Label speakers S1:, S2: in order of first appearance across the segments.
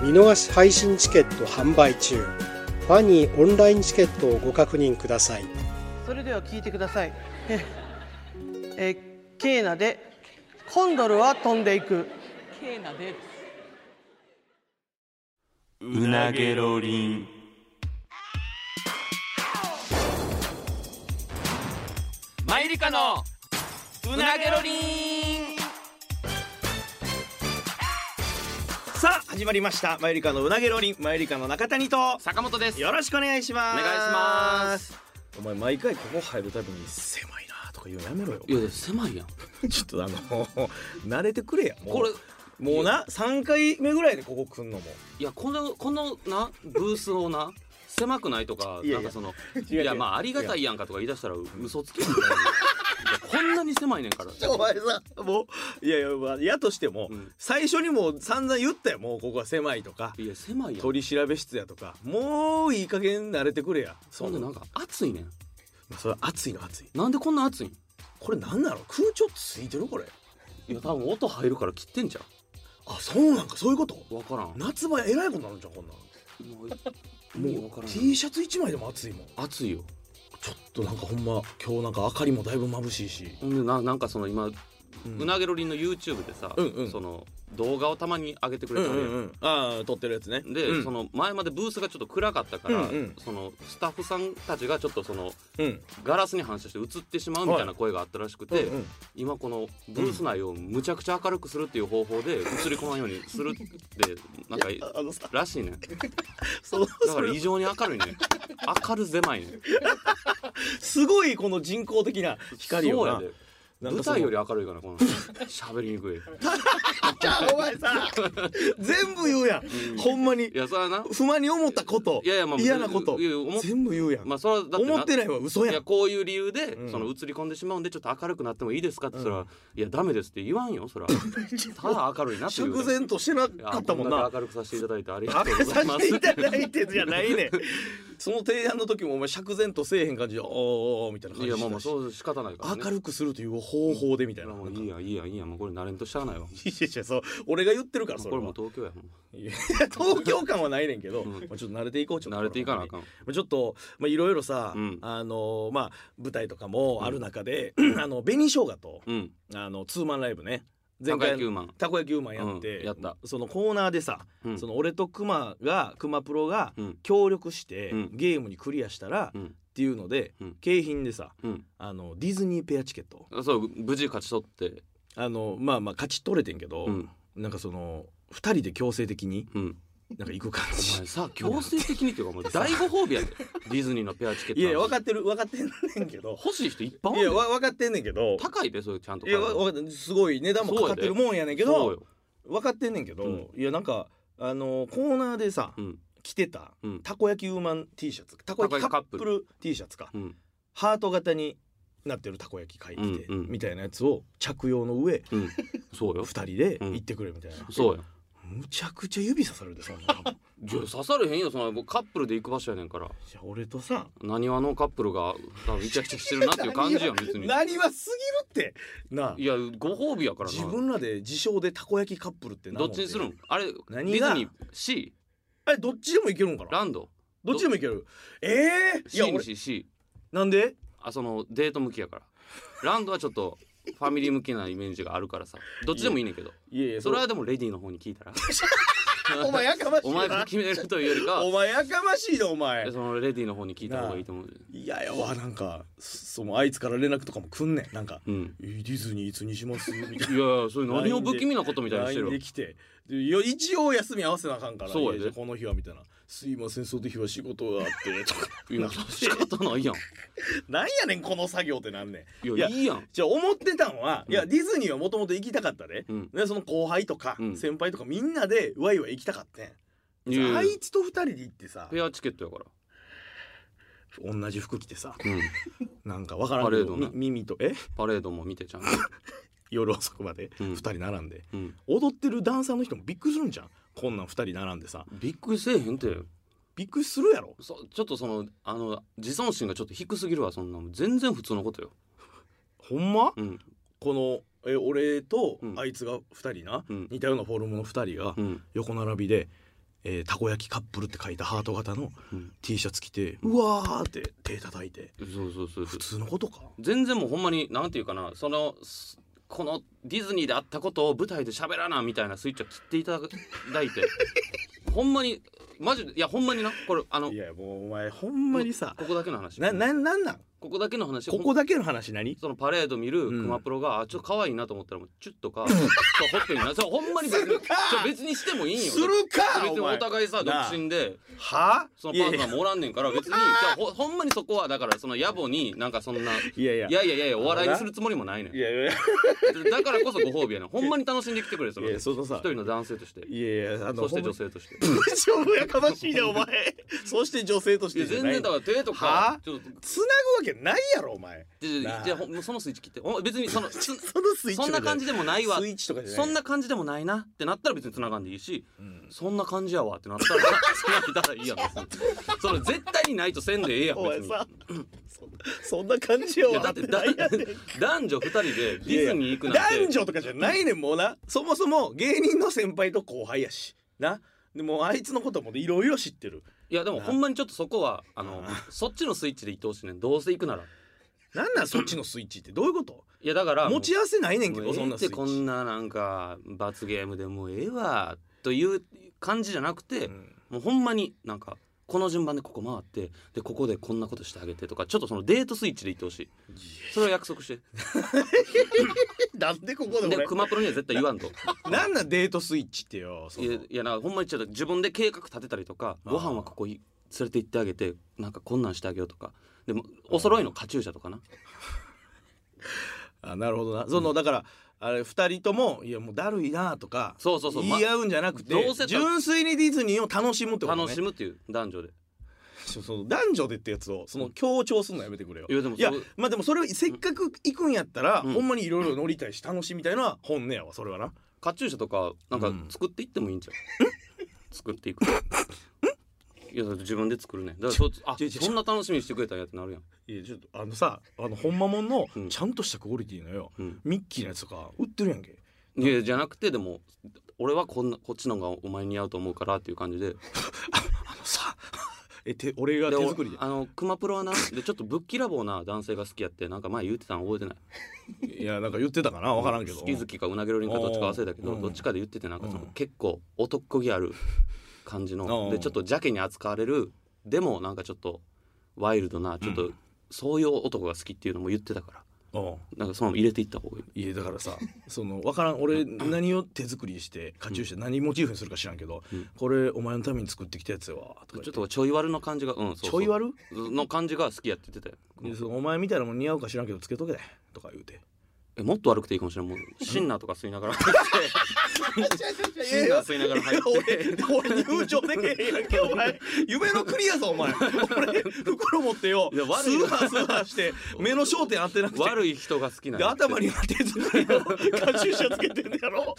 S1: 見逃し配信チケット販売中ファニーオンラインチケットをご確認ください
S2: それでは聞いてください えーえーケーナでコンドルは飛んでいく
S3: ケーナで
S4: うなげろりんマイリカのうなげろりん
S5: さあ始まりましたマユリカのうなげロリンマユリカの中谷と
S4: 坂本です
S5: よろしくお願いします
S4: お願いします
S5: お前毎回ここ入るたびに狭いなとか言うのやめろよ
S4: いや狭いやん
S5: ちょっとあの慣れてくれやもう
S4: これ
S5: もうな3回目ぐらいでここ来んのも
S4: いやこのこのなブースをな狭くないとか
S5: いや
S4: な
S5: いや
S4: んかその
S5: 違う違う
S4: いやまあありがたいやんかとか言い出したら嘘つきやんいやこんなに狭いねんから
S5: お前さもういやいや、まあ、やとしても、
S4: うん
S5: 最初にもう散々言ったよもうここは狭いとか
S4: いや狭いやん
S5: 取り調べ室やとかもういい加減慣れてくれや
S4: そ
S5: そ
S4: ん
S5: ん
S4: で
S5: な
S4: なんか暑いねん
S5: それ暑いの暑い
S4: なんでこんな暑いん
S5: これなんなの空調ついてるこれ
S4: いや多分音入るから切ってんじゃ
S5: あそうなんかそういうこと
S4: んわからんも
S5: 夏場えらいことになるんじゃんこんな
S4: う
S5: も
S4: 意味
S5: う
S4: わからん
S5: T シャツ1枚でも暑いもん
S4: 暑いよ
S5: ちょっとなんかほんま今日なんか明かりもだいぶ眩しいし、
S4: ほんでななんかその今
S5: うん
S4: うなげろりんの YouTube でさ、
S5: うんうん
S4: その動画をたまに上げてく
S5: う
S4: れ
S5: ん
S4: た
S5: う
S4: のよ、
S5: んうんああ撮ってるやつね
S4: で、
S5: うん、
S4: その前までブースがちょっと暗かったから、
S5: うんうん
S4: そのスタッフさんたちがちょっとその
S5: うん
S4: ガラスに反射して映ってしまうみたいな声があったらしくて、
S5: うんうん
S4: 今このブース内をむちゃくちゃ明るくするっていう方法で映り込まんようにするってなんか
S5: あのさ
S4: らしいねんだ
S5: そのそ
S4: から
S5: れ
S4: 異常に明るいねん明る狭いねん
S5: すごいこの人工的な光をな
S4: そうやで
S5: なん
S4: 舞
S5: かその
S4: 台より明るいからこの喋りにくい
S5: じゃあお前さ全部言うやん、ほんまに
S4: いやそれはな
S5: 不満に思ったこと
S4: いやいやまあ
S5: 嫌なこと
S4: いやいや思っ
S5: 全部言うやん、
S4: まあそれはだって
S5: 思ってないは嘘
S4: い
S5: や
S4: や
S5: ん
S4: こういう理由で、
S5: ん
S4: その映り込んでしまうんでちょっと明るくなってもいいですかって言ったら、いやダメですって言わんよそ らただ明るいなっていう
S5: 釈然としてなかったもん
S4: いやこだ
S5: な
S4: け明るくさせていただいてありが
S5: あ
S4: と
S5: げ
S4: うござ
S5: さ
S4: いま
S5: せ
S4: す
S5: ていただいてじゃないねんその提案の時もお前釈然とせえへん感じでおーおーおーみたいな
S4: い
S5: 感じ
S4: や
S5: で
S4: まあまあ
S5: し
S4: そう仕方ないから、ね、
S5: 明るくするという方法でみたい
S4: い
S5: な
S4: や
S5: なん
S4: も
S5: か
S4: うい
S5: い
S4: いやんいいやんいいやんもうこれ慣れんとしゃあないわ
S5: やいやそう俺が言ってるからそ
S4: こ
S5: れ
S4: れも
S5: は
S4: う東京やもん
S5: いや東京感はないねんけど、まあちょっと慣れていこうちょっと
S4: 慣れていかなあかん
S5: まあちょっとまあいろいろさ、
S4: うん
S5: あのまあ舞台とかもある中で、 あの紅生姜と、
S4: うん
S5: あのツーマンライブね
S4: たこ焼きウーマン
S5: たこ焼きウーマンやって、
S4: うんやった
S5: そのコーナーでさ、
S4: うん
S5: その俺とクマがクマプロが
S4: うん
S5: 協力して、
S4: うん
S5: ゲームにクリアしたら、
S4: う
S5: っ
S4: ん
S5: ていうので、
S4: うん
S5: 景品でさ
S4: うん
S5: あのディズニーペアチケット
S4: あそう無事勝ち取って
S5: あのまあまあ勝ち取れてんけど、
S4: うん
S5: なんかその2人で強制的に
S4: うん
S5: なんか行く感
S4: お
S5: じ
S4: 前さ強制的にっていうかも う大ご褒美やでディズニーのペアチケット
S5: いやいや分
S4: っ
S5: かってる分かってんねんけど
S4: 欲しい人いっぱいお
S5: い
S4: んね
S5: や
S4: ん
S5: わ分かってんねんけど
S4: 高いでそれちゃんと
S5: いやわ分かってすごい値段もかかってるもんやねんけ
S4: そう
S5: ど
S4: よ
S5: 分かってんねんけど、
S4: う
S5: いやなんかあのコーナーでさ、
S4: うん
S5: 着てた
S4: うん
S5: たこ焼きウーマン T シャツたこ焼きカップ
S4: たこ
S5: ル T シャツか、
S4: うん
S5: ハート型になってるたこ焼き書いてて、
S4: うんうん
S5: みたいなやつを着用の上
S4: うんそうよ
S5: 二人で
S4: うん
S5: 行ってくれみたいな、
S4: そうよ
S5: むちゃくちゃ指さされるでそんなのい
S4: いや刺されへんよそのカップルで行く場所やねんから
S5: や俺とさ
S4: なにわのカップルが多分イチャイチャして るなっていう感じやん別に
S5: 何はすぎるってない
S4: やご褒美やからな
S5: 自分らで自称でたこ焼きカップルって名乗
S4: どっ
S5: っ
S4: てちにするんあれディ
S5: 何
S4: ズ
S5: が
S4: ニー C
S5: えどっちでもいけるんか
S4: ラ
S5: な
S4: ンド
S5: どっちでもいけるええー、い
S4: C
S5: や
S4: に
S5: 俺
S4: し C
S5: なんで
S4: あそのデート向きやからランドはちょっとファミリー向きなイメージがあるからさどっちでもいいねんけど
S5: いやいや
S4: それはでもレディーの方に聞いたら
S5: お前やかましい
S4: お前が
S5: な
S4: 決めるというよりかは
S5: お前やかましいなお前
S4: そのレディーの方に聞いた方がいいと思う
S5: いやいやわなんかそのあいつから連絡とかもくんねんなんか、
S4: うん
S5: えディズニーいつにします?」みたい
S4: いやいやそういう何を不気味なことみたい
S5: な
S4: にして
S5: LINE
S4: る
S5: で来てでいや一応休み合わせなあかんから
S4: そうやで
S5: いいじゃあこの日はみたいな「すいませんその日は仕事があっ て」とか
S4: いや仕方ないやん
S5: なんやねんこの作業ってなんねん
S4: いやいいやん
S5: じゃあ思ってたんは、
S4: うん
S5: いやディズニーはもともと行きたかったで,、
S4: うん
S5: でその後輩とか
S4: うん
S5: 先輩とかみんなでワイワイ行きたかってん
S4: いやいや
S5: あいつと二人で行ってさ
S4: ペアチケットやから。
S5: 同じ服着てさ
S4: うん。
S5: なんかわからんけ
S4: パレ
S5: ど
S4: ードな
S5: み耳とえ
S4: パレードも見てちゃんと。
S5: 夜遅くまで
S4: うん
S5: 二人並んで
S4: うん。
S5: 踊ってるダンサーの人もびっくりするんじゃんこんなん二人並んでさ
S4: びっくりせえへんて。
S5: びっくりするやろ
S4: そちょっとそのあの自尊心がちょっと低すぎるわそんなの全然普通のことよ。
S5: ほんま
S4: うん
S5: このえ俺と
S4: うん
S5: あいつが二人な、
S4: うん
S5: 似たようなフォルムの二人が
S4: うん
S5: 横並びで、えーたこ焼きカップル」って書いたハート型の
S4: うん
S5: T シャツ着てうわーって手叩いて
S4: そうそうそうそ
S5: 普
S4: う。
S5: 通のことか
S4: 全然もうほんまになんていうかなそのすこのディズニーであったことを舞台で喋らなみたいなスイッチを切っていただいてほんまにマジでいやほんまになこれあの
S5: いやもうお前ほんまにさ
S4: ここだけの話
S5: なななんなん
S4: ここだけの話
S5: ここだけの話何
S4: そのパレード見る
S5: うん
S4: 熊プロが、あちょっと可愛いなと思ったらもうチュッとかそうほっぺになそうほんまに別に
S5: するか
S4: ちょ別にしてもいいんよ
S5: するか
S4: 別に
S5: お前
S4: お互いさ
S5: なあ
S4: 独身で
S5: は
S4: その
S5: いや
S4: パー
S5: い
S4: トナ
S5: や
S4: ーもおらんねんから別にじゃあほほんまにそこはだからその野暮になんかそんない
S5: やいや
S4: いやいやいやいやお笑いにするつもりもないねん
S5: いやいやい
S4: だからこそご褒美やねんほんまに楽しんできてくれその
S5: やいやその
S4: 一
S5: さ
S4: 人の男性として
S5: いやいやあの
S4: そして
S5: ほんま
S4: 女 性として
S5: 勝負やかましいねお前そして女性とし
S4: いや
S5: てじゃ
S4: 全
S5: ない
S4: 然だから手と
S5: は
S4: か
S5: あ
S4: ちょっと
S5: つなぐわけないやろお前
S4: じゃ
S5: なあ
S4: じゃほんそのスイッチ切ってお別にそ のつ
S5: そのスイッチ
S4: そんな感じでもないわ
S5: スイッチとかじゃない
S4: そんな感じでもないなってなったら別に繋がんでいいし、
S5: ん
S4: そんな感じやわってなったら繋いだらいいやん別にそれ絶対にないとせんでええやん
S5: お
S4: 別に
S5: 前さそそん な感じ
S4: い
S5: よ
S4: やだってだ 男女二人でディズニー行 くなんて
S5: 男女とかじゃないねんもうな そもそも芸人の先輩と後輩やしなでもあいつのこともいろいろ知ってる
S4: いやでもほんまにちょっとそこはあの
S5: あ
S4: そっちのスイッチでいってほしいねんどうせ行くなら
S5: なんなんそっちのスイッチってどういうこと
S4: いやだから
S5: 持ち合わせないねんけ
S4: も
S5: ど
S4: う
S5: そん
S4: ええ
S5: な
S4: っ
S5: ス
S4: て
S5: イッチ
S4: こんななんか罰ゲームでもうええわという感じじゃなくて、
S5: うん
S4: もうほんまになんかこの順番でここ回ってでここでこんなことしてあげてとかちょっとそのデートスイッチでいってほしいそれを約束して
S5: なんでここで
S4: で
S5: 俺
S4: 熊プロには絶対言わん と
S5: なんなんデートスイッチってよそ
S4: い
S5: の
S4: やいやなんかほんまにちょっと自分で計画立てたりとか
S5: あー
S4: ご飯はここい連れて行ってあげてなんかこんなんしてあげようとかでもお揃いのカチューシャとかな
S5: あなるほどなその、だからあれ二人ともいやもうだるいなとか
S4: そうそうそうま
S5: 言い合うんじゃなくて、
S4: どうせと
S5: 純粋にディズニーを楽しむってことね
S4: 楽しむっていう男女で
S5: そその男女でってやつをその強調するのやめてくれよ
S4: いやでも
S5: いや
S4: そう
S5: まあでもそれをせっかく行くんやったら、
S4: うん
S5: ほんまにいろいろ乗りたいし楽しみたいのは本音やわそれはな
S4: カチューシャとかなんか
S5: うん
S4: 作っていってもいいんちゃう、作っていくいやだって自分で作るねだからそあ
S5: ちょちょ
S4: そんな楽しみにしてくれたんやってなるやん、
S5: いやちょっとあのさあのほんまもんの
S4: うん
S5: ちゃんとしたクオリティのよ、
S4: うん
S5: ミッキーのやつとか売ってるやんけ
S4: いやじゃなくてでも俺はこんなこっちの方がお前に合うと思うからっていう感じで
S5: あのさ えて俺が
S4: で
S5: 手作りで
S4: おあの熊プロはなでちょっとぶっきらぼうな男性が好きやってなんか前言ってたの覚えてない
S5: いやなんか言ってたかな分からんけど
S4: 好き好きかうなぎろりんかどっちか忘れたけど、
S5: うん
S4: どっちかで言っててなんかその、
S5: うん
S4: 結構男気ある感じの、
S5: うん
S4: でちょっと邪気に扱われるでもなんかちょっとワイルドなちょっと、
S5: う
S4: そういう男が好きっていうのも言ってたから
S5: うん
S4: なんかその入れていった方がいい
S5: いやだからさその分からん俺何を手作りしてカチューシャ何モチーフにするか知らんけど、
S4: うん
S5: これお前のために作ってきたやつやわとか
S4: ちょ
S5: 言
S4: ってとちょい悪の感じがうんそうそう
S5: ちょい悪
S4: の感じが好きやって言ってたよ
S5: でそのお前みたいなもん似合うか知らんけどつけとけとか言うて
S4: えもっと悪くていいかもしれんもうシンナーとか吸いながら入ってシンナー吸いながら入って
S5: 俺俺入場でけへんやんけお前夢の国やぞお前俺袋持ってよ
S4: いや悪
S5: ス
S4: い
S5: ー
S4: な
S5: ハースーハーして目の焦点当てなくて
S4: 悪い人が好きなん
S5: で
S4: やって
S5: 頭には手作りのカチューシャつけてんのやろ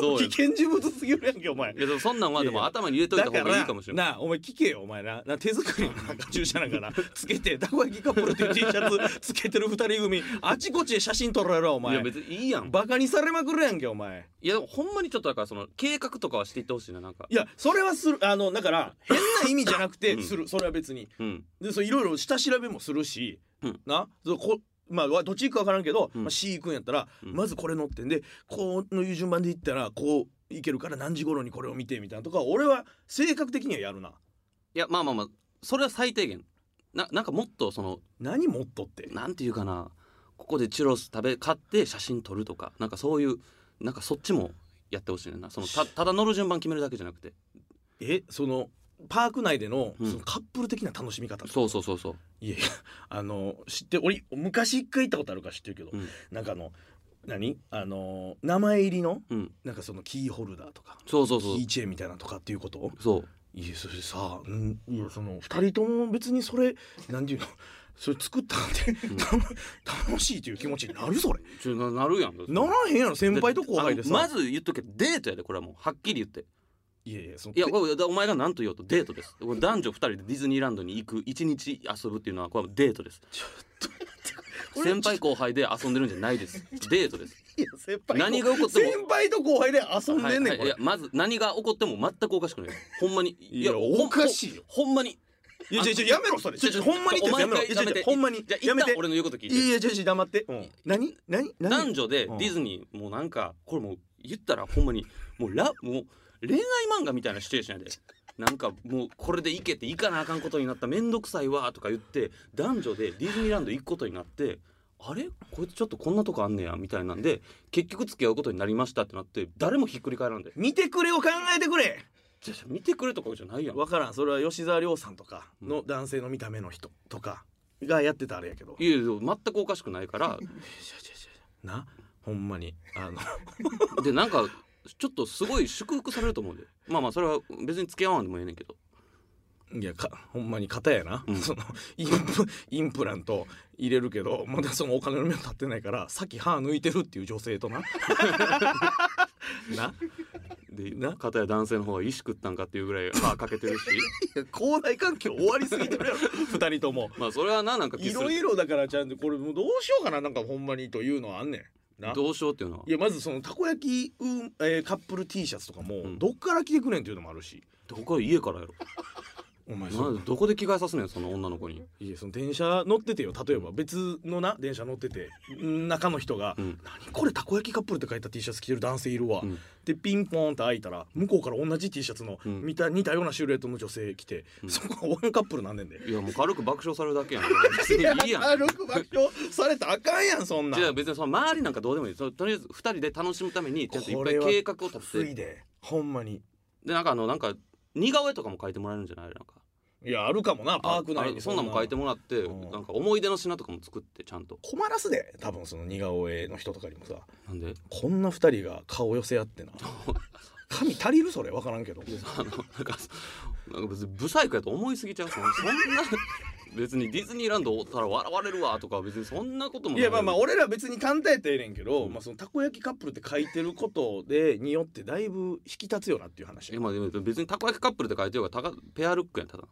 S4: そうよ
S5: 危険人物すぎるやんけお前
S4: いやでもそんなんはいで
S5: やいや
S4: も頭に入れといた方がいいかもしれない
S5: だからなあお前聞けよお前なな手作りのなんか注射なんかなつけてたこ焼きカップルっていう T シャツつけてる二人組あちこちで写真撮られろお
S4: いや
S5: 前
S4: 別にいいやん
S5: バカにされまくるやんけお前
S4: いやでもほんまにちょっとだからその計画とかはしていってほしいななんか
S5: いやそれはするあのだから変な意味じゃなくてする、それは別に
S4: うん
S5: でそういろいろ下調べもするし、
S4: うん
S5: なそうこまあわどっち行くか分からんけど、
S4: うん
S5: まあ、C 行くんやったら、
S4: うん
S5: まずこれ乗ってんでこうのいう順番で行ったらこう行けるから何時頃にこれを見てみたいなとか俺は性格的にはやるない
S4: やまあまあまあそれは最低限ななんかもっとその
S5: 何もっとって
S4: なんていうかなここでチュロス食べ買って写真撮るとかなんかそういうなんかそっちもやってほしいねんなそのたただ乗る順番決めるだけじゃなくて
S5: えそのパーク内での,、
S4: うん
S5: そのカップル的な楽しみ方
S4: そうそうそうそう
S5: いやいやあの知って俺昔一回行ったことあるから知ってるけど、
S4: うん
S5: なんかあの何あのー名前入りの
S4: うん
S5: なんかそのキーホルダーとか
S4: そうそう
S5: キ
S4: そう
S5: ーチェーンみたいなのとかっていうこと
S4: そう
S5: いやそれさ、うん、いやその2人とも別にそれなんて いうのそれ作ったって、たの楽しいという気持ちになるそれ
S4: ちょななるやん
S5: ならへんやろ先輩と後輩でさ
S4: あのまず言っとけデートやでこれはもうはっきり言って
S5: いやいやその
S4: いやこれお前が何と言おうとデートですこれ男女2人でディズニーランドに行く1日遊ぶっていうのはこれはデートです先輩後輩で遊んでるんじゃないですデートです
S5: いや先輩
S4: 何が起こっても
S5: 先輩と後輩で遊んでんね
S4: は
S5: ん、
S4: いはいいや
S5: こ
S4: まず何が起こっても全くおかしくないほんまに
S5: いやおかしいよ
S4: ほんほんまに
S5: れいやちょちょやめろそれちょちょほんまにって
S4: お前
S5: やめろい
S4: 一
S5: や
S4: 回や
S5: ちょ
S4: め
S5: ち
S4: て
S5: ょほんまに
S4: じゃあ一
S5: やめて
S4: 旦俺の言うこと聞い
S5: いやい
S4: て
S5: やちょちょ黙って、うん、何何何
S4: 男女でデ
S5: うん
S4: ィズニーもうなんかこれもう言ったらほんまにもうラもう恋愛漫画みたいなシチュエーションや でなんかもうこれで行けて行かなあかんことになった面倒くさいわとか言って男女でディズニーランド行くことになってあれこいつちょっとこんなとこあんねやみたいなんで結局付き合うことになりましたってなって誰もひっくり返らんで
S5: 見てくれを考えてくれ
S4: じゃあ見てくれとかじゃないやん
S5: わからんそれは吉沢亮さんとかの男性の見た目の人とかがやってたあれやけど、
S4: いやいや全くおかしくないから
S5: なほんまにあの
S4: でなんかちょっとすごい祝福されると思うでまあまあそれは別に付き合わんでもええねんけど
S5: いやかほんまに型やな、
S4: うん
S5: そのインプインプラント入れるけどまだそのお金の目は立ってないからさっき歯抜いてる っていう女性となな
S4: で
S5: な
S4: 片や男性の方は石食ったんかっていうぐらい歯かけ てるし
S5: 校内環境終わりすぎてるやろ 二人とも
S4: まあそれはななんか気
S5: い
S4: す
S5: ろい
S4: る
S5: ろだからちゃんとこれもうどうしようかななんかほんまにというのはあんねんな
S4: どうしようっていうのはい
S5: やまずそのたこ焼き、うんえーカップル T シャツとかも、
S4: うん
S5: どっから着てくれんっていうのもあるし
S4: どこ家からやろ
S5: お前そ
S4: な
S5: うん
S4: でどこで着替えさすねんその女の子に
S5: いやその電車乗っててよ例えば別のな電車乗っててん中の人が「
S4: うん
S5: 何これたこ焼きカップル」って書いた T シャツ着てる男性いるわ、
S4: うん
S5: でピンポーンって開いたら向こうから同じ T シャツの
S4: うん
S5: 見た似たようなシルエットの女性来て、
S4: ん
S5: そこはワンカップルなんねんで。
S4: いやもう軽く爆笑されるだけやん別に いいやん
S5: 軽く爆笑されたらあかんやんそんな
S4: じゃあ
S5: ん
S4: 別にその周りなんかどうでもいいそのとりあえず二人で楽しむためにちゃんといっぱい計画を立
S5: つ
S4: てて
S5: いでほんまに
S4: でなんかあのなんか似顔絵とかも描いてもらえるんじゃないなんか
S5: いやあるかもなパーク
S4: ああ
S5: 内に
S4: そんなんも描いてもらって
S5: うん
S4: なんか思い出の品とかも作ってちゃんと
S5: 困らすで多分その似顔絵の人とかにもさ
S4: なんで
S5: こんな二人が顔寄せ 合ってな髪足りるそれ分からんけど
S4: あのなんかなんか別にブサイクやと思いすぎちゃうそのそんな 別にディズニーランドおったら笑われるわとか別にそんなこともない
S5: いやまあまあ俺ら別に単体やったらええねんけど、まあそのたこ焼きカップルって書いてることでによってだいぶ引き立つよなっていう話
S4: いやまあでも別にたこ焼きカップルって書いてようがたかペアルックやんただ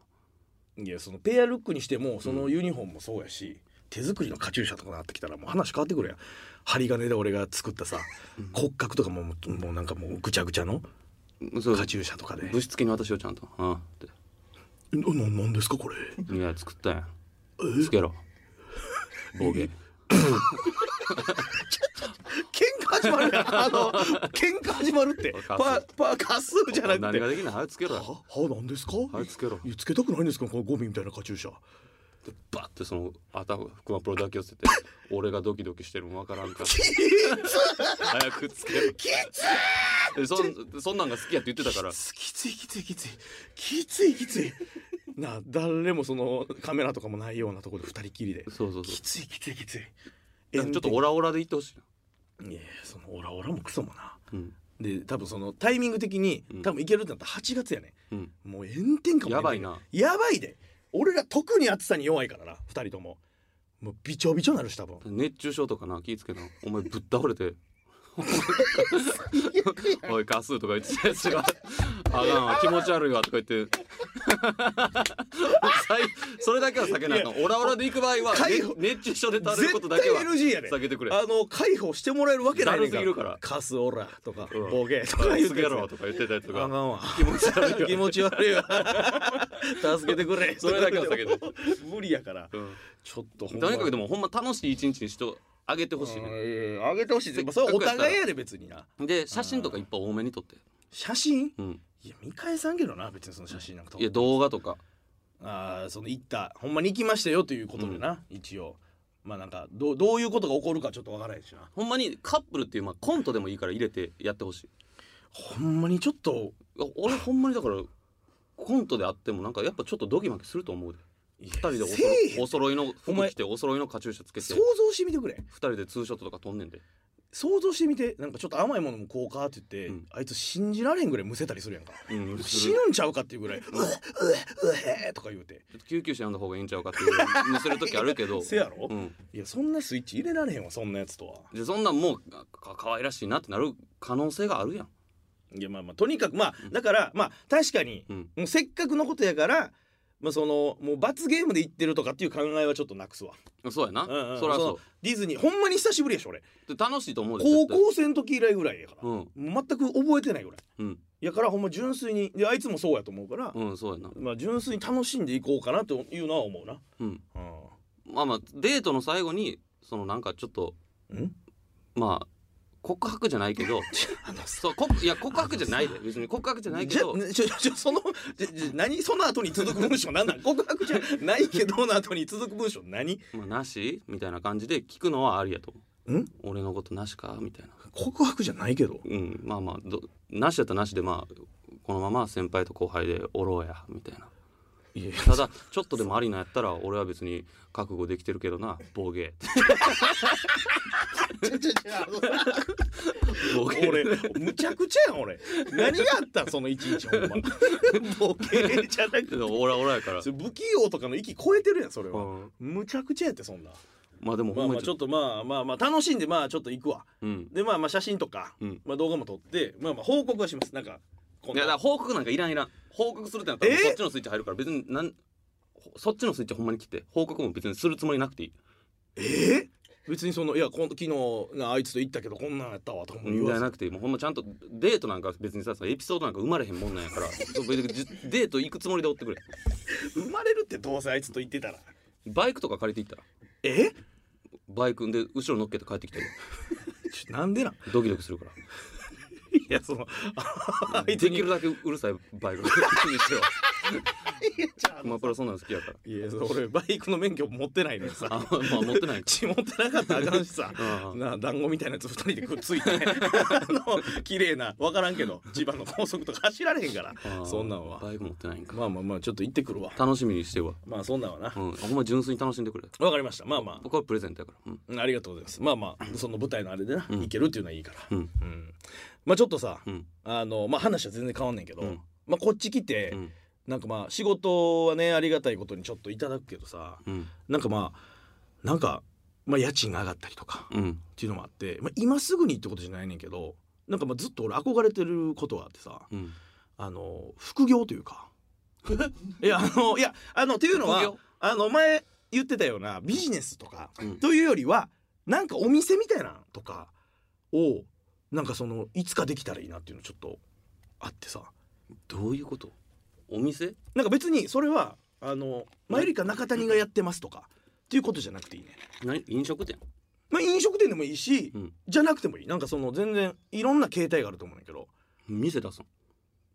S4: の
S5: いやそのペアルックにしてもそのユニフォームもそうやし、手作りのカチューシャとかなってきたらもう話変わってくるやん針金で俺が作ったさ骨格とかももうもうなんかもうぐちゃぐちゃの
S4: うんそう
S5: カチューシャとかで
S4: 物質的に私をちゃんとうんって
S5: 「えなななんですかこれ
S4: いや作ったやんつけろ 暴言
S5: 喧嘩始まるやん あの喧嘩始まる ってパ
S4: カス
S5: ーパーカスじゃなく
S4: 何
S5: て
S4: ができない早くつけろ
S5: 「
S4: や
S5: ははなんですか?」
S4: はいつけろ
S5: いやつけたくないんですかこのゴミみたいなカチューシャ」
S4: でバッてその頭熊プロだけ寄せ て俺がドキドキしてるもわからんから早くつけろきつそんそんなんが好きやって言ってたから
S5: きついきついきついきついきつい なあ誰もそのカメラとかもないようなところで二人きりで
S4: そうそうそう
S5: きついきついきつい
S4: ちょっとオラオラで言ってほしいな。
S5: いやいやそのオラオラもクソもな
S4: うん。
S5: で多分そのタイミング的に
S4: うん
S5: 多分いけるってなったら8月やね
S4: うん。
S5: もう炎天下も
S4: やばいな
S5: やばいで俺ら特に暑さに弱いからな二人とももうびちょびちょなるし多分
S4: 熱中症とかな、気ぃつけな。お前ぶっ倒れ て。おい、ガスとか言ってたやつが。あかんわ、気持ち悪いわとか言って。最それだけは避けないかんオラオラで行く場合は、
S5: 解
S4: ね
S5: 放
S4: 熱中症で倒れること
S5: 絶
S4: だ
S5: 対
S4: けは
S5: NG やで
S4: 避けてくれ。
S5: あの解放してもらえるわけないねん
S4: ざるすぎるから
S5: カスオラとか
S4: うん
S5: ボケとか
S4: おい
S5: 言
S4: つ
S5: っ
S4: け
S5: てたやつ
S4: ろとか言ってたやつ
S5: あか
S4: が。
S5: んわ
S4: 気持ち悪いわ
S5: 気持ち悪いわ助けてくれ
S4: それだけは避けて
S5: 無理やから
S4: うん
S5: ちょっとほん
S4: とにかくで
S5: も
S4: もほんま楽しい一日にしてあげてほしいね。
S5: あげてほしいですそれお互いやで別にな
S4: で、写真とかいっぱい多めに撮って。
S5: 写真
S4: うん。
S5: いや見返さんけどな別にその写真なんか撮っ
S4: いや、動画とか。
S5: あーその行ったほんまに行きましたよということでな、一応まあなんかどうどういうことが起こるかちょっとわからないしな
S4: ほんまにカップルっていう、まあ、コントでもいいから入れてやってほしい
S5: ほんまにちょっと
S4: いや俺ほんまにだからコントであってもなんかやっぱちょっとドキマキすると思うで
S5: 二
S4: 2人でおそ
S5: せえへん
S4: ろお揃いの
S5: お前
S4: 服着てお揃いのカチューシャつけて
S5: 想像してみてくれ
S4: 2人でツーショットとか撮んねんで
S5: 想像してみてなんかちょっと甘いものもこうかって言って、
S4: うん
S5: あいつ信じられんぐらいむせたりするやんか
S4: うん
S5: 死ぬんちゃうかっていうぐらい「うえうえうえ」とか言うて
S4: 救急車呼んだ方がいいんちゃうかっていうにする時あるけど
S5: せやろ、
S4: うん、
S5: いやそんなスイッチ入れられへんわそんなやつとは
S4: でそんなんもうかか可愛らしいなってなる可能性があるやん、
S5: いやまあまあとにかくまあだからまあ確かに
S4: うん、
S5: もうせっかくのことやからまあそのもう罰ゲームで言ってるとかっていう考えはちょっとなくすわ、
S4: そうやな、
S5: うんうん
S4: そりゃ
S5: そ
S4: そ
S5: のディズニーほんまに久しぶりやし俺
S4: うで楽しいと思うで
S5: 高
S4: 絶対
S5: 校生の時以来ぐらいやから、
S4: うん
S5: もう全く覚えてないぐらい
S4: うん
S5: やからほんま純粋にであいつもそうやと思うから、
S4: うんそうやな
S5: まあ純粋に楽しんでいこうかなというのは思うな
S4: うん
S5: う
S4: まあまあデートの最後にそのなんかちょっと
S5: んん
S4: まあ告白じゃないけ ど
S5: あのさ
S4: そうこいや告白じゃないで別に告白じゃないけ
S5: じゃ
S4: ど
S5: ちょちょそのじゃじゃ何その後に続く文章 なんなん告白じゃないけどの後に続く文章何
S4: まあ、なしみたいな感じで聞くのはありやと思
S5: ん
S4: う俺のことなしかみたいな
S5: 告白じゃないけど
S4: うんまあまあどなしやったらなしでまあこのまま先輩と後輩でおろうやみたいない
S5: や
S4: ただちょっとでもありなんやったら俺は別に覚悟できてるけどな暴言暴言
S5: 俺むちゃくちゃやん俺何があったんそのいちいちほんま ボケじゃなくて
S4: オラオラやから
S5: それ不器用とかの域超えてるやんそれ
S4: う
S5: は、
S4: ん
S5: むちゃくちゃやってそんな
S4: まあでも
S5: ま
S4: ほ
S5: あ
S4: ん
S5: ま
S4: まに
S5: あち
S4: ちょ
S5: ょ
S4: っ
S5: っとまあまあまあ楽しんでまあちょっと行くわ
S4: とうん
S5: でまあまあ写真とか、
S4: うん
S5: まあ動画も撮ってまあまあ報告はしますなんかこん
S4: い
S5: な
S4: やだから報告なんかいらんいらん報告するってなったら
S5: え
S4: そっちのスイッチ入るから別になんほそっちのスイッチほんまに切って報告も別にするつもりなくていい
S5: えー、別にそのいやこん昨日なあいつと行ったけどこんなんやったわとかも言
S4: じ
S5: わ
S4: ゃ
S5: ず
S4: なくてもうほんまちゃんとデートなんか別にさエピソードなんか生まれへんもんなんやからそう別にじデート行くつもりでおってくれ
S5: 生まれるってどうせあいつと行ってたら
S4: バイクとか借りていったら
S5: え
S4: バイクで後ろ乗っけて帰ってきてる
S5: ちょなんでなん
S4: ドキドキするから
S5: いやそのあ相手
S4: で
S5: に
S4: きるだけうるさいバ イクにしてよ
S5: ちゃう
S4: マプロそんなの好きやから
S5: いやそれ俺バイクの免許持ってないのにさ
S4: あまあ持って ないか
S5: 血持ってなかったらあかんしさ
S4: うん
S5: な団子みたいなやつ二人でくっついて あの綺麗な分からんけど千葉の高速とか走られへんから
S4: あー
S5: そんなんは
S4: バイク持ってないんか
S5: まあまあまあちょっと行ってくるわ
S4: 楽しみにしてわ
S5: まあそんなんはな
S4: うんほんま純粋に楽しんでくれ
S5: わかりましたまあまあ
S4: 僕はプレゼントやからうん
S5: うんありがとうございますまあまあその舞台のあれでな、
S4: うん
S5: 行けるっていうのはいいから
S4: うん
S5: うんまあちょっとさ、
S4: うん
S5: あのまあ話は全然変わんねんけど、
S4: うん
S5: まあこっち来て、
S4: うん
S5: なんかまあ仕事はねありがたいことにちょっといただくけどさ
S4: うん
S5: なんかまあなんか、まあ、家賃が上がったりとかっ
S4: うん
S5: ていうのもあって、まあ、今すぐにってことじゃないねんけどなんかまあずっと俺憧れてることがあってさ
S4: うん
S5: あの副業というか いやあのいやあのっていうの
S4: 副
S5: は
S4: 業
S5: あの前言ってたようなビジネスとか、
S4: うん
S5: というよりはなんかお店みたいなのとかをなんかそのいつかできたらいいなっていうのちょっとあってさ
S4: どういうことお店
S5: なんか別にそれはあのマユリカ中谷がやってますとかっていうことじゃなくていいね。
S4: 何飲食店
S5: まあ、飲食店でもいいし、
S4: うん
S5: じゃなくてもいいなんかその全然いろんな形態があると思うんだけど
S4: 店出す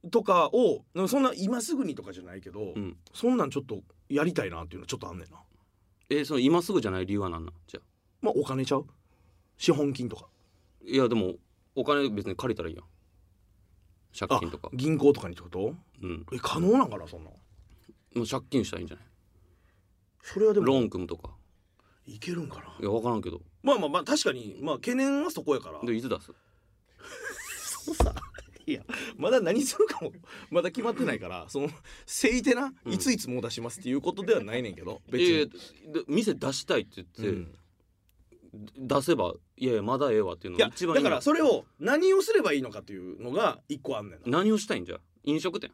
S4: の
S5: とかをなんかそんな今すぐにとかじゃないけど、
S4: うん
S5: そんなんちょっとやりたいなっていうのちょっとあんねんな。
S4: えその今すぐじゃない理由は何なんじゃあ
S5: まあお金ちゃう資本金とか
S4: いやでもお金別に借りたらいいやん借金とか
S5: 銀行とかにってこと
S4: うん
S5: え可能なんかなそんなん
S4: もう借金したらいいんじゃない
S5: それはで
S4: ロ
S5: も
S4: ーン組むとか
S5: いけるんかない
S4: や分からんけど
S5: まあまあまあ確かにまあ懸念はそこやから
S4: でいつ出す
S5: そうさ いやまだ何するかもまだ決まってないからそのせいてな、
S4: うん
S5: いついつもう出しますっていうことではないねんけど別
S4: いやいや
S5: に
S4: で店出したいって
S5: う
S4: 言って
S5: ん、
S4: 出せばいやいやまだええわっていうの
S5: いや
S4: が一番い
S5: だ
S4: い
S5: か
S4: の
S5: らそれを何をすればいいのかっていうのが一個あんねんな
S4: 何をしたいんじゃ飲食店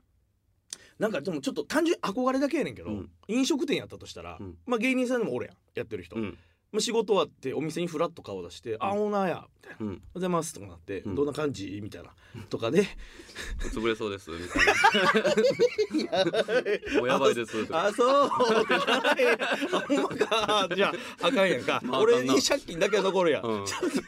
S5: なんかでもちょっと単純に憧れだけやねんけど、
S4: うん
S5: 飲食店やったとしたら、
S4: うん
S5: まあ芸人さんでもおるやんやってる人、
S4: うん
S5: まあ、仕事終わってお店にフラッと顔出して「あオーナーや」みたいな「お
S4: う
S5: はよ
S4: ん
S5: うございます」とかなって「
S4: うん
S5: どんな感じ?」みたいなとかで
S4: 潰れそうですみた いなおやばいです
S5: 「あ そう」ってなあほんまか」じゃああかんやんか、
S4: まあ
S5: 俺
S4: あかんな
S5: に借金だけは残るやん、
S4: うん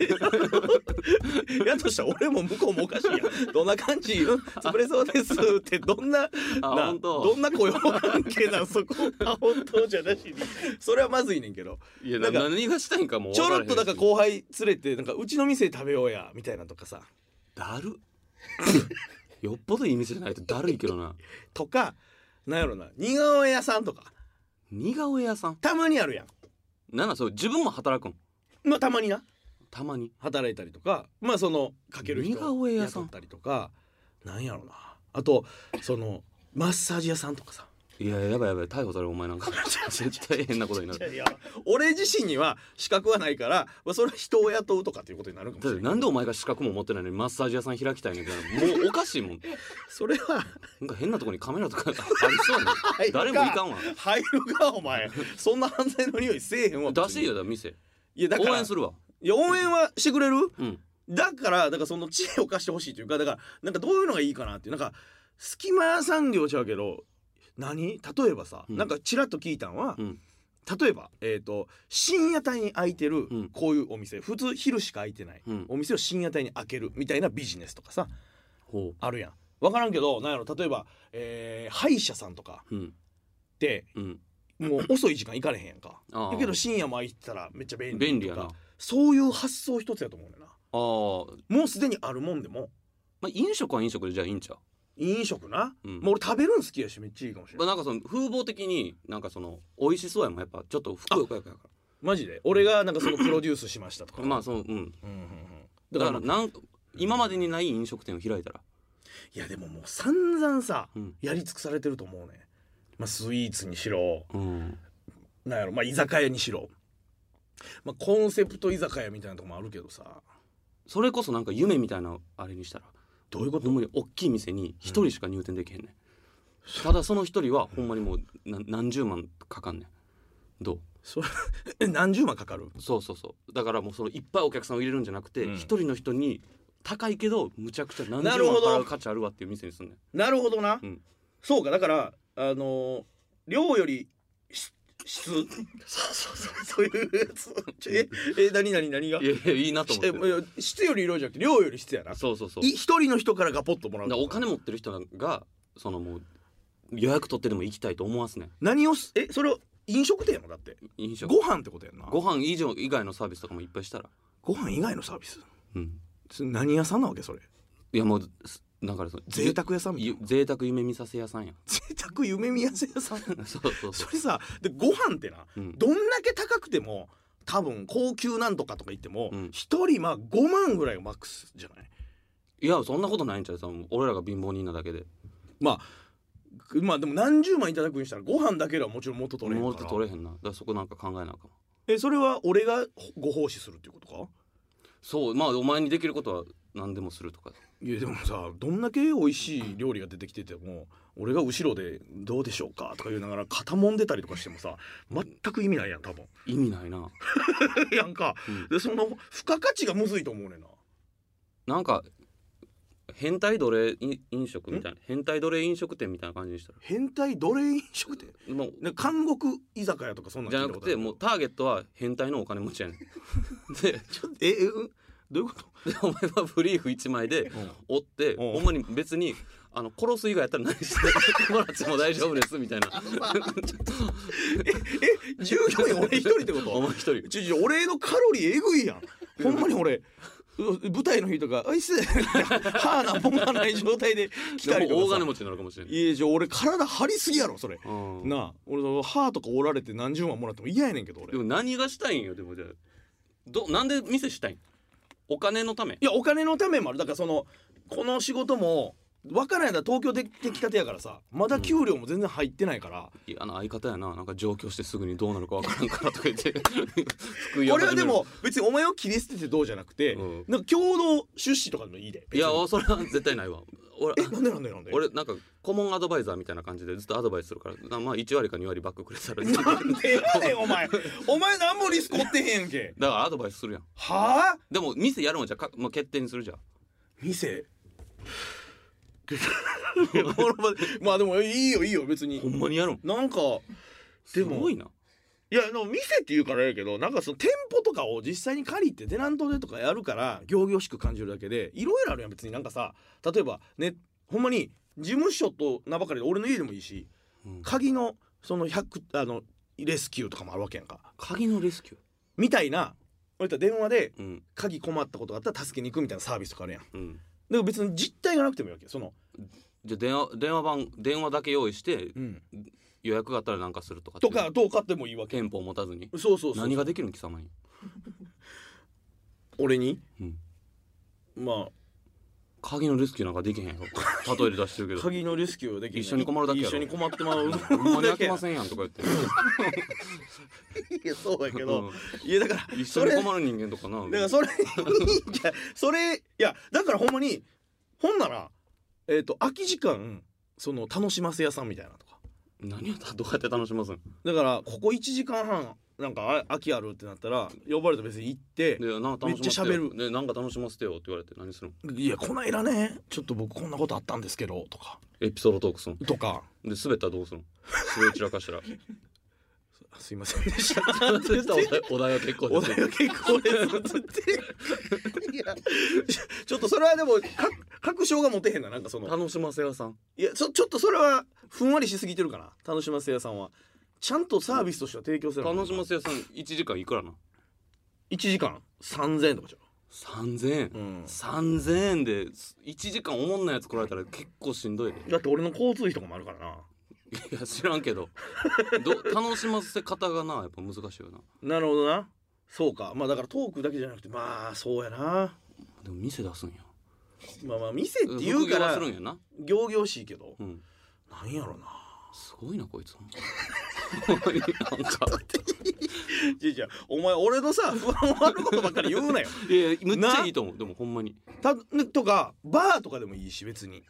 S5: やとしたら俺も向こうもおかしいやんどんな感じうん潰れそうですってどんな
S4: あ
S5: な
S4: 本当
S5: どんな雇用関係な んそこあ本当じゃなしにそれはまずいねんけど
S4: いやな
S5: なんか
S4: 何がしたいんかもう
S5: ち
S4: 分
S5: ょ
S4: ら
S5: ろ
S4: へ
S5: っとなんか後輩連れてなんかうちの店で食べようやみたいなとかさ
S4: だるよっ ぽどいい店じゃないとだるいけどな
S5: とかなんやろな似顔絵屋さんとか
S4: 似顔絵屋さん
S5: たまにあるやん
S4: なんかそう自分も働くん
S5: まあたまにな
S4: たまに
S5: 働いたりとかまあそのかける人
S4: 似顔絵屋さん
S5: 雇ったりとかなんやろなあとそのマッサージ屋さんとかさ
S4: いややばいやばい逮捕されるお前なんか 絶対変なことになる
S5: 俺自身には資格はないから、まあ、それは人を雇うとかっていうことになるかもし
S4: だっ
S5: れ
S4: て
S5: ない
S4: なんでお前が資格も持ってないのにマッサージ屋さん開きたいねんけどもうおかしいもん
S5: それは
S4: なんか変なとこにカメラとかありそうやね
S5: 入るか
S4: 誰もいかんわ
S5: 入るかお前そんな犯罪の匂いせえへんわ
S4: 出せよだ店
S5: いやだから
S4: 応援するわ
S5: いや応援はしてくれる
S4: うん
S5: だからだからその知恵を貸してほしいというかだからなんかどういうのがいいかなっていうなんか隙間産業ちゃうけど何例えばさ、
S4: うん
S5: なんかちらっと聞いたんは、
S4: うん
S5: 例えば、えー、と深夜帯に開いてる
S4: うん
S5: こういうお店、普通昼しか開いてない、
S4: うん
S5: お店を深夜帯に開けるみたいなビジネスとかさ
S4: ほ
S5: あるやん分からんけどなんやろ例えば、えー歯医者さんとか
S4: ううん
S5: って
S4: うん
S5: もう遅い時間行かれへんやんか
S4: ああ
S5: だけど深夜も開いてたらめっちゃ便利とか
S4: 便利やなあ
S5: そういう発想一つやと思うねんな
S4: あ、
S5: もうすでにあるもんでも
S4: まあ、飲食は飲食でじゃあいいんちゃう
S5: 飲食な、
S4: うん
S5: もう俺食べるん好きやしめっちゃいいかもしれ
S4: ま
S5: な
S4: あ、
S5: い
S4: なんかその風貌的になんかその美味しそうやもんやっぱちょっとふくよかやか
S5: マジで俺がなんかそのプロデュースしましたとから
S4: まあそのうん
S5: うんうんうん
S4: だ
S5: だか
S4: かららなん今までにない飲食店を開いたら
S5: いやでももう散々さ、
S4: うん
S5: やり尽くされてると思うねまあスイーツにしろ
S4: うん
S5: なんやろまあ居酒屋にしろまあコンセプト居酒屋みたいなとこもあるけどさ
S4: それこそなんか夢みたいなあれにしたら
S5: どういうこ
S4: ほ
S5: と
S4: んまに大きい店に一人しか入店できへんねん、ただその一人はほんまにもうな何十万かかんねんどう
S5: それ え何十万かかる
S4: そうそうそうだからもうそのいっぱいお客さんを入れるんじゃなくて
S5: うん
S4: 一、人の人に高いけどむちゃくちゃ何十
S5: な
S4: 万
S5: るほど
S4: 払う価値あるわっていう店にすんねん
S5: なるほどな、
S4: うん
S5: そうかだからあのー量よりし質 そうそうそうそういうやつちょええ何何何が
S4: いやいやいいなと思
S5: え
S4: って
S5: いや質より量じゃなくて量より質やな
S4: そうそうそう
S5: い一人の人からガポッともらう
S4: だからお金持ってる人がそのもう予約取ってでも行きたいと思わすねん
S5: 何をすえそれを飲食店やもんだって
S4: 飲食
S5: ご飯ってことやんな
S4: ご飯以上以外のサービスとかもいっぱいしたら
S5: ご飯以外のサービス
S4: うん
S5: それ何屋さんなわけそれ
S4: いやもうすだからその
S5: 贅沢屋さんみたい
S4: ゆ
S5: な
S4: 贅沢夢見させ屋 さんや
S5: 贅沢夢見やせ屋さん
S4: そうそうそ
S5: そうれさでご飯ってな、
S4: うん
S5: どんだけ高くても多分高級なんとかとか言っても
S4: うん
S5: 一、人まあ5万ぐらいがマックスじゃない
S4: いやそんなことないんちゃうその俺らが貧乏人なだけで
S5: まあまあでも何十万いただくにしたらご飯だけではもちろんもっと取れへん
S4: も
S5: か
S4: っ
S5: ら
S4: と取れへんなだからそこなんか考えなあかん
S5: えそれは俺がご奉仕するっていうことか
S4: そうまあお前にできることは何でもするとか
S5: いやでもさどんだけ美味しい料理が出てきてても俺が後ろで「どうでしょうか?」とか言いながら肩もんでたりとかしてもさ全く意味ないやん多分
S4: 意味ないな
S5: やんか、
S4: うん
S5: でその付加価値がむずいと思うねんな
S4: なんか変態奴隷飲飲食みたいな変態奴隷飲食店みたいな感じにしたら
S5: 変態奴隷飲食店
S4: もう
S5: なんか監獄居酒屋とかそんなん
S4: じゃ
S5: 聞い
S4: な
S5: たこ
S4: く
S5: とある
S4: てもうターゲットは変態のお金持ちやね んでで
S5: ええうんどういうこと
S4: お前はブリーフ1枚で折って
S5: うん
S4: ほんまに別にあの殺す以外やったら何してもらっても大丈夫ですみたいな
S5: 従業員俺一人ってこ
S4: お
S5: と
S4: 前一人
S5: ちょちょ俺のカロリーえぐ いやんほんまに俺う舞台の日とか「あいっす」 歯なんもんがない状態で来たり
S4: で
S5: と
S4: も
S5: か
S4: 大
S5: さ
S4: 金持ちになるかもしれない
S5: いやじゃあ俺体張りすぎやろそれ
S4: うん
S5: なあ俺その歯とか折られて何十万もらっても嫌やねんけど俺
S4: で
S5: い
S4: も何がしたいんよでもじゃあどなんで店したいんお金のため
S5: やお金のためもあるだからそのこの仕事も分からんやったら東京で出きたてやからさまだ給料も全然入ってないから、
S4: 嫌な相方やななんか上京してすぐにどうなるかわからんからとか言って 救いを
S5: 俺
S4: 始める
S5: はでも別にお前を切り捨ててどうじゃなくて、
S4: うん
S5: なんか共同出資とかでもいいで
S4: いやそれは絶対ないわ俺
S5: 別にえなんでなんでなんで
S4: 俺なんか顧問アドバイザーみたいな感じでずっとアドバイスするからなまあ1割か2割バックくれたらい いだか
S5: なんでやねんお前お前何もリスク負ってへんやんけ
S4: らアドバイスするやん
S5: はあ
S4: でも店やるもんじゃか、まあ、決定にするじゃん
S5: 店まあでもいいよいいよ別
S4: ほ
S5: に
S4: んまにやるん
S5: なんか
S4: す
S5: でも
S4: ごいない
S5: や、でも店って言うからやけど、なんかその店舗とかを実際に借りてテナントでとかやるから、行々しく感じるだけで、いろいろあるやん、別になんかさ、例えばね、ほんまに事務所と名ばかりで俺の家でもいいし、
S4: うん
S5: 鍵のその100、あの、レスキューとかもあるわけやんか。
S4: 鍵のレスキュー
S5: みたいな、俺と電話で
S4: うん
S5: 鍵困ったことがあったら助けに行くみたいなサービスとかあるやん。だ
S4: う
S5: か
S4: ん
S5: ら別に実態がなくてもいいわけ。その、
S4: じゃあ電話電話番電話だけ用意して
S5: うん。
S4: 予約があったらなんかするとかっていう
S5: とかどうかってもいいわけ。
S4: 店舗を持たずに
S5: そうそうそう。
S4: 何ができるん貴様に
S5: 俺に、
S4: うん
S5: ま
S4: 鍵のレスキューなんかできへんやろ 例えで出してるけ
S5: あ
S4: ど
S5: 鍵のレスキューできない
S4: 一緒に困るだけやろ
S5: 一緒に困ってまう
S4: ほんまに
S5: だ
S4: 開
S5: け
S4: け
S5: や
S4: ませんやんとか言 って
S5: いやそうやけど
S4: う
S5: いやだから
S4: ん一
S5: そ
S4: 緒
S5: れ
S4: に
S5: だか
S4: 困る人間とかな
S5: らそれにいやそれいやだからほんまにほんならえっ、と空き時間その楽しませ屋さんみたいなとか
S4: 何をどうやって楽しますん
S5: だからここ1時間半なんかあ空きあるってなったら呼ばれたら別に行って
S4: でなんか楽しませてよ
S5: めっちゃ喋る
S4: でなんか楽しませてよって言われて何するの
S5: 「いやこないだねちょっと僕こんなことあったんですけど」とか
S4: エピソードトークする
S5: とか
S4: ので滑ったらどうするの滑り散らかした ら
S5: 「すいませんで した」
S4: 滑ったらお題お題は結構
S5: お
S4: です
S5: 題は結構で すっていやちょっとそれはでもか確証が持てへんななんかその
S4: 楽しませ屋さん
S5: いやそちょっとそれはふんわりしすぎてるかな楽しませ屋さんはちゃんとサービスとしては提供せな
S4: 楽しま
S5: せ
S4: せ屋さん1時間いくらな
S5: 1時間3000円とかじ
S4: 3000円、
S5: ゃん、うん、
S4: 3000円で1時間おもんないやつ来られたら結構しんどいで
S5: だって俺の交通費とかもあるからない
S4: や知らんけどど楽しませ方がなやっぱ難しいよな
S5: なるほどなそうかまあだからトークだけじゃなくてまあそうやな
S4: でも店出すんや
S5: まあまあ店って言う
S4: 副業
S5: か
S4: は
S5: ら
S4: するんやな
S5: 行々しいけど
S4: うん
S5: なんやろな
S4: すごいな こいつなんか
S5: じゃじゃお前俺のさ 不安をあることばっかり言うなよ
S4: いやいやむっちゃいいと思うでもほんまに
S5: たとかバーとかでもいいし別に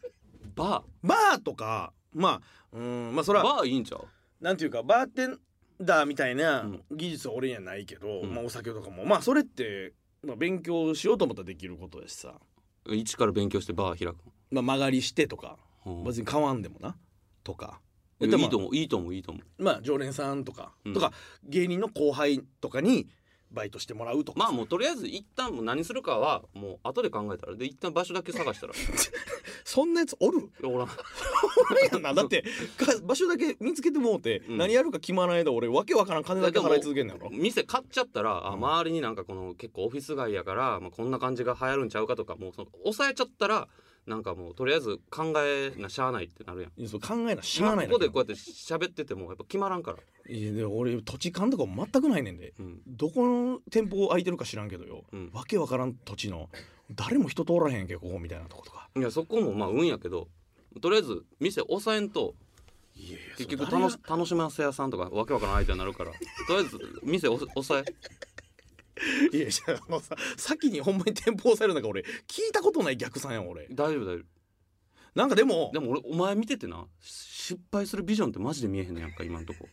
S4: バ
S5: バーとかまあうーんまあそ
S4: ー
S5: れは
S4: バーいいんちゃう
S5: なんていうかバーテンダーみたいな
S4: うん
S5: 技術は俺にはないけど、
S4: うん
S5: まあ、お酒とかもまあそれって、まあ、勉強しようと思ったらできることやしさ、
S4: 一から勉強してバー開く
S5: まあ、曲がりしてとか
S4: の、うん、い
S5: 別に買わんでもなとか。で
S4: やいい
S5: ま
S4: と
S5: あ、
S4: 思ういいと思ういいと思う
S5: まあ常連さんとか、
S4: うん
S5: とか芸人の後輩とかにバイトしてもらうとか
S4: まあもうとりあえず一旦もう何するかはもう後で考えたらで一旦場所だけ探したら い
S5: そんなや つおる
S4: やおらん
S5: おるやんなだってか場所だけ見つけてもうて、
S4: うん
S5: 何やるか決まらない間俺わけわからん金だけ払い続けんのやろ
S4: 店買っちゃったらあ周りになんかこの結構オフィス街やから、まあ、こんな感じが流行るんちゃうかとかもうその抑えちゃったらなんかもうとりあえず考えなしゃあないってなるやん
S5: いやそう考えなしゃあない
S4: 今ここで
S5: だ
S4: こうやって喋っててもやっぱ決まらんから、
S5: けどいやでも俺土地勘とかも全くないねんで
S4: うん、
S5: どこの店舗空いてるか知らんけどよ、
S4: うん
S5: わけわからん土地の誰も人通らへんけここみたいなとことか
S4: いやそこもまあ運やけどとりあえず店抑えんと
S5: いやいや
S4: 結局楽し楽しませ屋さんとかわけわからん相手になるからとりあえず店お抑え
S5: いやいやあのさ先にほんまに店舗押されるなんか俺聞いたことない逆算やん俺
S4: 大丈夫大丈
S5: なんかでも
S4: 夫でも俺お前見ててな失敗するビジョンってマジで見えへんねやんか今んとこ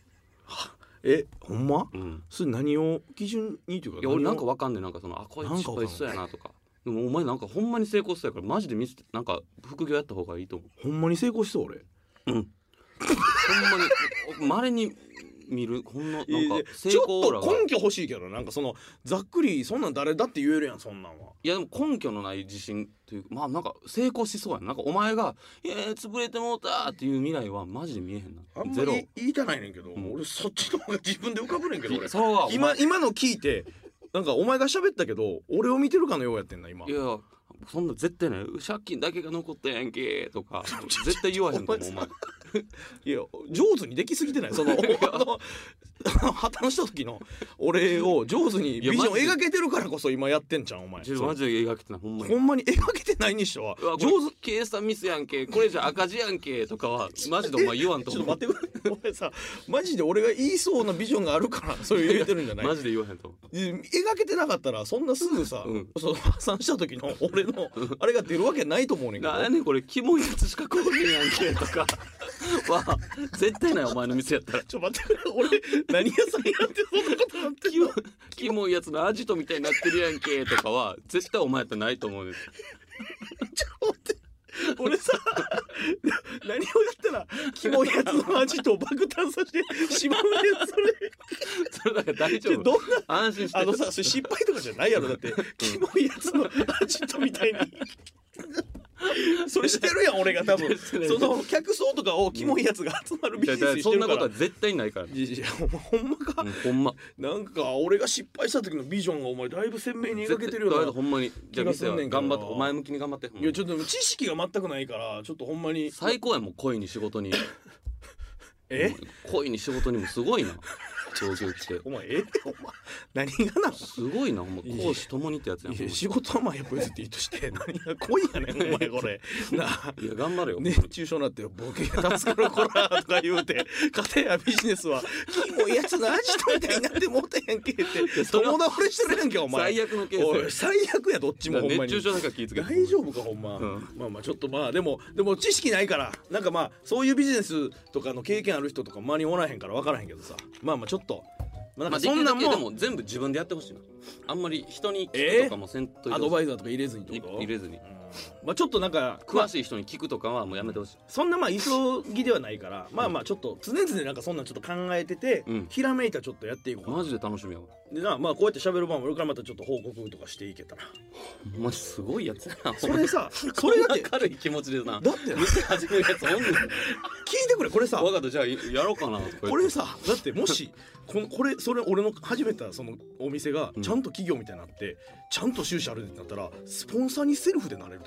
S5: えほんま
S4: うん
S5: それ何を基準にというか
S4: いや俺なんか
S5: わ
S4: わかんねえなんかそのあこいつ
S5: なん
S4: 失
S5: かわかんない
S4: 敗しそうやなとかでもお前なんかほんまに成功しそうやからマジで見せてなんか副業やった方がいいと思う
S5: ほんまに成功しそう俺
S4: ほんまにまれに見るほんのなんか
S5: いやいや
S4: 成
S5: ち
S4: 功オー
S5: ょ
S4: ラ
S5: っ
S4: が
S5: と根拠欲しいけどなんかそのざっくりそんなん誰だって言えるやんそんなんはい
S4: やでも根拠のない自信というかまあなんか成功しそうやななんかお前が「えー、潰れてもうた!」っていう未来はマジで見えへんな
S5: あんま
S4: ゼロ
S5: り言いたないねんけど、
S4: ん
S5: 俺そっちの方が自分で浮かぶねんけど俺
S4: そうはお前
S5: 今今の聞いてなんかお前が喋ったけど俺を見てるかのようやってんな今
S4: いやいやそんな絶対ない借金だけが残ったやんけとか絶対言わへんと思うお前
S5: いや上手にできすぎてない そのあの あの破綻した時の俺を上手にビジョン
S4: いやマ
S5: 描けてるからこそ今やってんじゃんお前
S4: ちょっとマ
S5: そ
S4: ジで描けてないほんま
S5: う
S4: に
S5: ほんまに描けてないにしては
S4: うわ
S5: 上
S4: 上
S5: 手
S4: 手計算ミスやんけこれじゃ赤字やんけとかはマジでお前言わんと
S5: ちょ
S4: 思
S5: っと
S4: う
S5: 待ってくれお前さマジで俺が言いそうなビジョンがある からそれ言えてるんじゃない
S4: マジで言わへんと思う
S5: で描けてなかったらそんなすぐさ、
S4: うん
S5: その破産した時の俺のあれが出るわけないと思うねんけど
S4: なんやねんこれキモいやつしか来おへんやんけとかは絶対ないお前の店やったら
S5: ちょっと待ってくれ俺何屋さんやってそんなことなってん
S4: キモキモいやつのアジトみたいになってるやんけとかは絶対お前やったらないと思うねん
S5: 俺さ何をやったらキモいやつの味と爆誕させてしまうねん
S4: そ
S5: それ
S4: れだから大丈
S5: ちょどん
S4: 夫
S5: な
S4: 安心して
S5: あの さそれ失敗とかじゃないやろだってキモいやつの味とみたいにそれしてるやん俺が多分その客層とかをキモいやつが集まるビ
S4: い
S5: ジ
S4: やだから
S5: ネスにし
S4: そ
S5: て
S4: んな
S5: るか
S4: こと
S5: ら
S4: は絶対ないから、
S5: いやいやお前ほんまか、
S4: うん、ほんま
S5: なんか俺が失敗した時のビジョンがお前だいぶ鮮明に描けてるよ
S4: 絶対
S5: な
S4: ほんまにじゃあ
S5: 気がす
S4: 店
S5: ん
S4: は
S5: ねんけどな
S4: 頑張ってお前向きに頑張ってほんま
S5: いやちょっと知識が全くないからちょっとほんまに
S4: 最高やもん恋に仕事に
S5: え
S4: 恋に仕事にもすごいな上級来て
S5: お前えお前 何がな
S4: すごいなもう
S5: いや
S4: 講師ともにってやつやん
S5: い
S4: ほん
S5: や
S4: ま
S5: 仕事はまあやっぱ譲っていいとして何が恋やねんお前これなあ
S4: にいや頑張れよ、
S5: 熱中症になってボケが助かるこらとか 言うて家庭やビジネスはキモいやつのアジトみたいになってもうてへんけって
S4: それは
S5: 友倒れしてるやんけお前
S4: 最悪のケース
S5: お
S4: や
S5: い最悪やどっちもほんまに
S4: 熱中症だから気ぃつけて
S5: 大丈夫かほんま、
S4: うん
S5: まあまあちょっとまあでもでも知識ないからなんかまあそういうビジネスとかの経験ある人とか周りにおらへんから分からへんけどさまあまあちょっとま
S4: まあ、
S5: あなんか
S4: で
S5: そ
S4: き
S5: ん
S4: る
S5: な
S4: だ
S5: ん
S4: け
S5: も,、
S4: でも全部自分でやってほしいなあんまり人に聞
S5: え
S4: く
S5: ー
S4: とかもせんといて
S5: ア
S4: ほ
S5: ド
S4: し
S5: バイザーとか入れずにって
S4: い
S5: こと
S4: 入れずに
S5: まあちょっとなんか
S4: 詳しい人に聞くとかはもうやめてほしい
S5: そんなまあ急ぎではないからまあまあちょっと常々なんかそんなんちょっと考えてて、
S4: うん
S5: ひらめいたらちょっとやっていこうかな
S4: マジで楽しみやわ
S5: でなまあこうやって喋る番もあるからまたちょっと報告とかしていけたら
S4: お前すごいやつや な
S5: それさ
S4: こ
S5: それ
S4: れ
S5: だって
S4: 明るい気持ちでな
S5: だってな聞い
S4: 店始めるやつおんねん
S5: てくれこれさ
S4: 分かったじゃあやろうかなとか言って
S5: これさだっても しこのこれそれ俺の始めたそのお店が
S4: うん
S5: ちゃんと企業みたいになって、ちゃんと収支あるってなったらスポンサーにセルフでなれる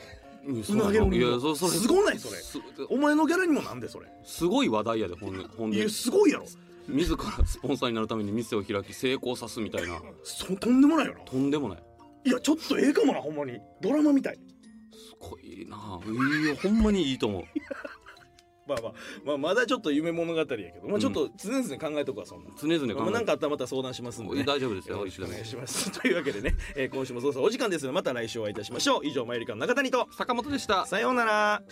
S4: うん
S5: うなげる
S4: いやそそれ
S5: すごないそれ
S4: す
S5: お前のギャラにもなんでそれ
S4: すごい話題やで本音本音
S5: いやすごいやろ
S4: 自らスポンサーになるために店を開き成功さすみたいな
S5: そとんでもないよな
S4: とんでもない
S5: いやちょっとええかもなほんまにドラマみたい
S4: すごいないやほんまにいいと思う
S5: まあまあ、まあ、まだちょっと夢物語やけど、まあ、ちょっと常々考えとくわそんな、
S4: 常々考えて
S5: まあ、なんかあったらまた相談しますんで、ね、
S4: 大丈夫ですよ
S5: よろしくお願いしますというわけでね、えー今週もそうそうお時間ですのでまた来週お会いいたしましょう以上マユリカの中谷と
S4: 坂本でした
S5: さようなら